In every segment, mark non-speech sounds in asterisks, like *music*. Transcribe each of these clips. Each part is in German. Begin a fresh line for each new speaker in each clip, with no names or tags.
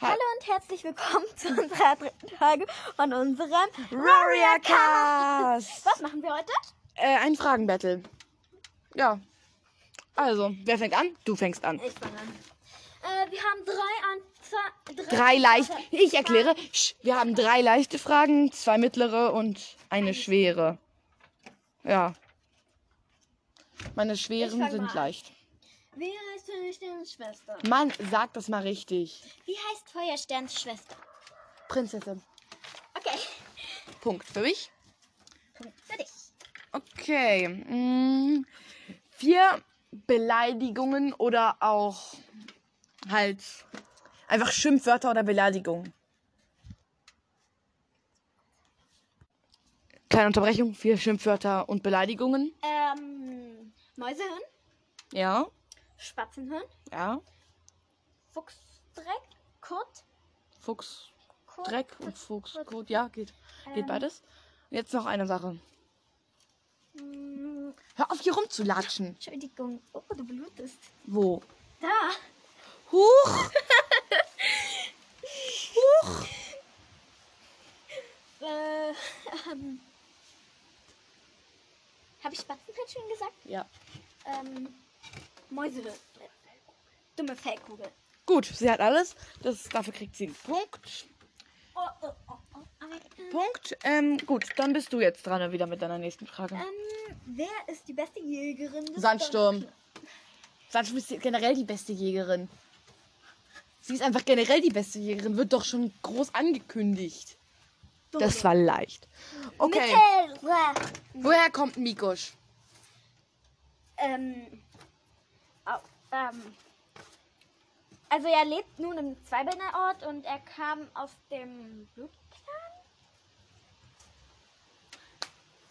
Hi.
Hallo und herzlich willkommen zu unserer dritten Folge von unserem
Rariacast!
Was machen wir heute?
Äh, ein Fragenbattle. Ja. Also, wer fängt an? Du fängst an.
Ich fange an. Äh, wir haben drei an drei,
Drei leicht. Ich erkläre. Sch, wir haben drei leichte Fragen, zwei mittlere und eine schwere. Ja. Meine
Ich
schweren
fang
sind
mal an.
leicht.
Wer ist Feuersterns Schwester?
Mann, sag das mal richtig.
Wie heißt Feuersterns Schwester?
Prinzessin.
Okay.
Punkt für mich.
Punkt für dich.
Okay. mm, Vier Beleidigungen oder auch halt einfach Schimpfwörter oder Beleidigungen. Kleine Unterbrechung, vier Schimpfwörter und Beleidigungen.
Ähm, Mäusehirn,
Ja,
Spatzenhirn,
ja.
Fuchsdreck, Kurt,
Fuchs,
Kurt
Dreck und Fuchscode. Ja, geht. Geht
Ähm.
beides. Jetzt noch eine Sache.
Hm,
Hör auf, hier rumzulatschen.
Entschuldigung. Oh, du blutest.
Wo?
Da.
Huch!
Äh, *laughs* ähm, Habe ich Spatzenhirn schon gesagt?
Ja.
Ähm, Mäuse. Dumme Fellkugel.
Gut, sie hat alles. Das, dafür kriegt sie einen Punkt.
Oh, oh, oh, oh. Aber, äh,
Punkt. Ähm, gut, dann bist du jetzt dran wieder mit deiner nächsten Frage.
ähm, wer ist die beste Jägerin des
Sandsturm.
Deutschen-
Sandsturm ist generell die beste Jägerin. Sie ist einfach generell die beste Jägerin. Wird doch schon groß angekündigt. Das war leicht. Okay.
Mittelre.
Woher kommt Mikosch?
Ähm, au- ähm, also er lebt nun im Zweibinderort und er kam aus dem Blutplan.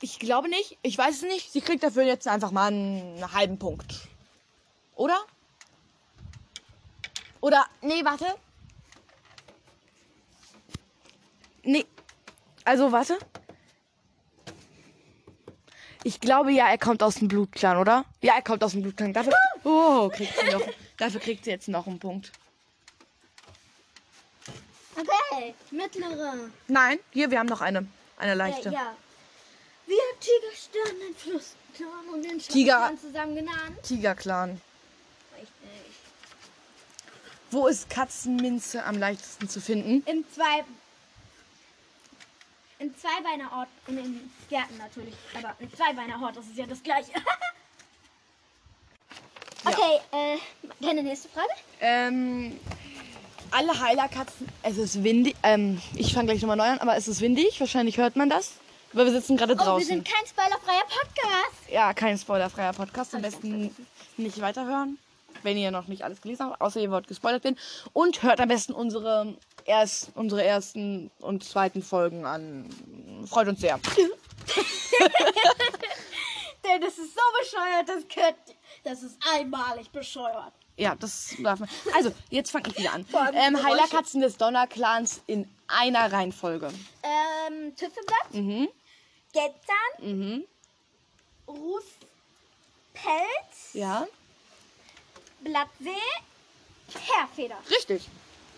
Ich glaube nicht. Ich weiß es nicht. Sie kriegt dafür jetzt einfach mal einen halben Punkt. Oder? Oder, nee, warte. Nee. Also, warte. Ich glaube ja, er kommt aus dem Blutclan, oder? Ja, er kommt aus dem Blutclan. Dafür, oh, kriegt sie noch, dafür kriegt sie jetzt noch einen Punkt.
Okay, mittlere.
Nein, hier, wir haben noch eine. Eine leichte.
Äh, ja. Wir Tigerstern, den Flussklan und den
Tiger-
Schattenklan zusammen genannt.
Tigerclan.
Richtig.
Wo ist Katzenminze am leichtesten zu finden?
Im zwei im Zweibeinerort und in Gärten natürlich. Aber im Zweibeinerort, das ist ja das gleiche. *laughs* okay, äh, deine nächste Frage? Oh,
Ähm, alle Heilerkatzen. Es ist windig. Ähm, ich fange gleich nochmal neu an, aber es ist windig. Wahrscheinlich hört man das. Weil wir sitzen gerade
Oh, wir
draußen.
sind kein spoilerfreier Podcast.
ja, kein spoilerfreier Podcast. Am
Hab ich
besten nicht weiterhören, wenn ihr noch nicht alles gelesen habt, außer ihr wollt gespoilert werden. Und hört am besten unsere, erst, unsere ersten und zweiten Folgen an. Freut uns sehr.
Denn das ist so bescheuert, das könnt Das ist einmalig bescheuert.
Ja, das darf man. Also, jetzt fange ich wieder an.
Vor allem die
Ähm,
Geräusche.
Heilerkatzen des Donnerclans in einer Reihenfolge.
Ähm, Tüpfelblatt,
Mhm.
Gettern,
Mhm.
Rußpelz,
Ja.
Blattsee, Herrfeder.
Richtig.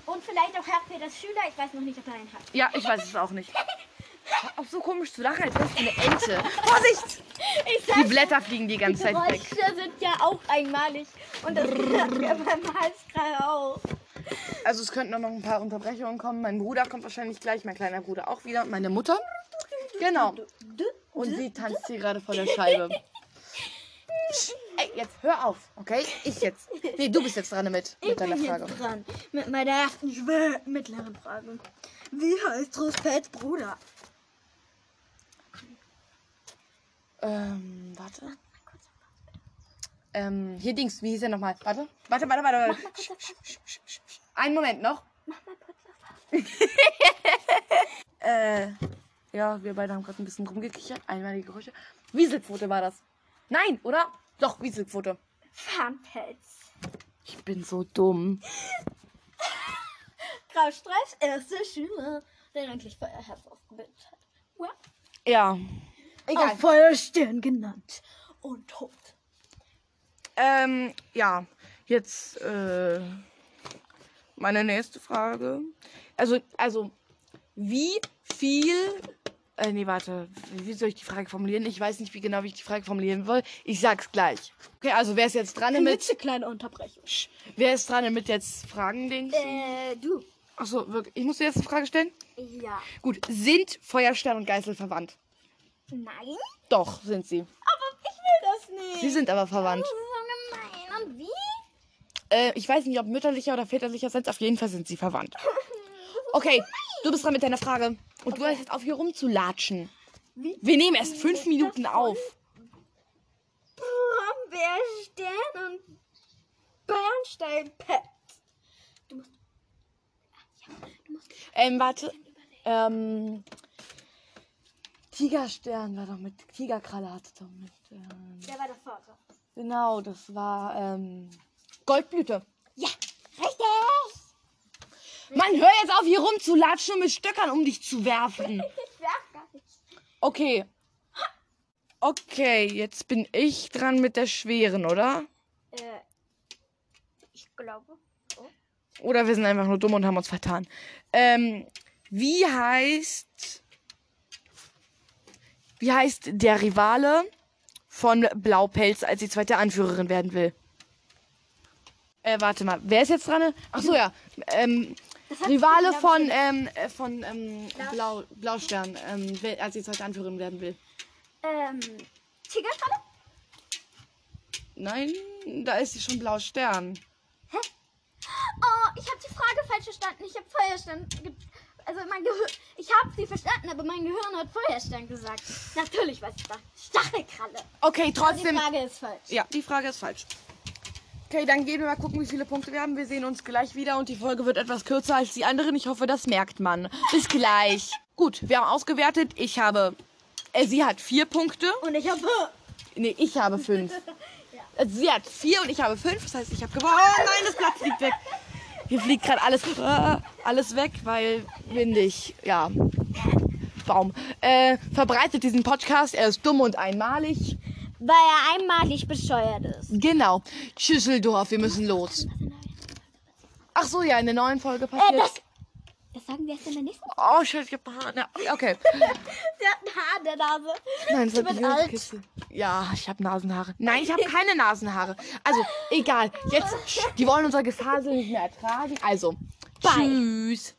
Und vielleicht auch Herrfeders Schüler, ich weiß noch nicht, ob er einen hat.
Ja, ich weiß es auch nicht. Hör Auf so komisch zu lachen, als wärst du eine Ente. Vorsicht!
Ich sag
Die Blätter fliegen die ganze Zeit weg.
Geräusche sind ja auch einmalig. Und das hört mir beim Hals gerade auf.
Also es könnten auch noch ein paar Unterbrechungen kommen. Mein Bruder kommt wahrscheinlich gleich, mein kleiner Bruder auch wieder und meine Mutter. Genau. Und sie tanzt hier gerade vor der Scheibe. Psst, Ey, jetzt hör auf, okay? Ich jetzt. Nee, du bist jetzt dran mit,
Ich
mit deiner
bin
Frage.
jetzt dran mit meiner ersten schwer mittleren Frage. Wie heißt Ruspels Bruder?
Ähm, warte. Ähm, hier Dings, wie hieß er nochmal? Warte, warte, warte, warte. warte. Sch- sch- sch- sch- sch- sch- Einen Moment noch. *laughs* äh, ja, wir beide haben gerade ein bisschen rumgekichert. Einmalige Geräusche. Wieselpfote war das. Nein, oder? Doch, Wieselpfote.
Farmpelz.
Ich bin so dumm.
Graustreif, erste Schüler, der eigentlich Feuerherz ausgebildet hat. Wow.
Ja. Egal.
Auch Feuerstern genannt. Und tot.
Ähm, ja. Jetzt, äh, meine nächste Frage. Also, also, wie viel. Äh, nee, warte. Wie soll ich die Frage formulieren? Ich weiß nicht, wie genau wie ich die Frage formulieren will. Ich sag's gleich. Okay, also wer ist jetzt dran damit?
*laughs*
Eine kleine Unterbrechung.
Wer ist dran damit jetzt Fragen, Dings?
Äh, du.
Achso, wirklich. Ich muss dir jetzt eine Frage stellen?
Ja.
Gut, sind Feuerstern und Geißel verwandt?
Nein?
Doch, sind sie.
Will das nicht.
Sie sind aber verwandt.
Das ist so gemein. Und wie?
Äh, ich weiß nicht, ob mütterlicher oder väterlicherseits, auf jeden Fall sind sie verwandt. Okay, du bist dran mit deiner Frage. Und du hast jetzt auf hier rumzulatschen.
Wie-
Wir nehmen erst fünf Minuten auf.
Brombeerstern und Bernsteinpet.
Ähm, warte. Ähm, Tigerstern war doch mit Tigerkralle hatte doch mit. Ähm,
Der war der Vater.
genau, das war ähm, Goldblüte.
Ja, richtig.
Mann, hör jetzt auf hier rumzulatschen und mit Stöckern um dich zu werfen.
Ich werf gar nicht.
Okay. Okay, jetzt bin ich dran mit der schweren, oder?
Äh, ich glaube. Oh.
Oder wir sind einfach nur dumm und haben uns vertan. Ähm, wie heißt. Wie heißt der Rivale von Blaupelz, als sie zweite Anführerin werden will? Äh, warte mal. Wer ist jetzt dran? Ach so, ja. Ähm, Rivale von, ähm, äh, von ähm, Blau, Blaustern, ähm, wer- als sie zweite Anführerin werden will.
Ähm, Tigerkralle?
Nein, da ist sie schon Blaustern.
Oh, ich habe die Frage falsch verstanden. Ich habe Feuerstein. Ge also mein Gehirn. Ich habe sie verstanden, aber mein Gehirn hat Feuerstein gesagt. Natürlich weiß ich das. Stachelkralle.
Okay,
Die
trotzdem.
Frage ist falsch.
Ja, die Frage ist falsch. Okay, dann gehen wir mal gucken, wie viele Punkte wir haben. Wir sehen uns gleich wieder und die Folge wird etwas kürzer als die anderen. Ich hoffe, das merkt man. Bis gleich. Gut, wir haben ausgewertet. Ich habe. Äh, sie hat vier Punkte.
Und ich habe.
Nee, ich habe fünf. Äh, Sie hat vier und ich habe fünf. Das heißt, ich habe gewonnen. Oh nein, das Blatt fliegt weg. Hier fliegt gerade alles, ah, alles weg, weil windig. Ja. Baum. Äh, verbreitet diesen Podcast. Er ist dumm und einmalig.
Weil er einmalig bescheuert ist.
Genau. Schüsseldorf, wir müssen los. Ach so, ja, in der neuen Folge
Äh,
passiert.
das. Das sagen wir erst in der nächsten
oh, shit, ich hab Haare. Na, *laughs* Okay.
Der hat ein Haar in *laughs* der Nase.
Nein,
Du
das hat
bist
die
alt.
Kiste. Ja, ich habe Nasenhaare. Nein, ich habe keine Nasenhaare. Also, egal. Jetzt, sch- die wollen unser Gefasel nicht mehr ertragen. Also,
Bye.
tschüss.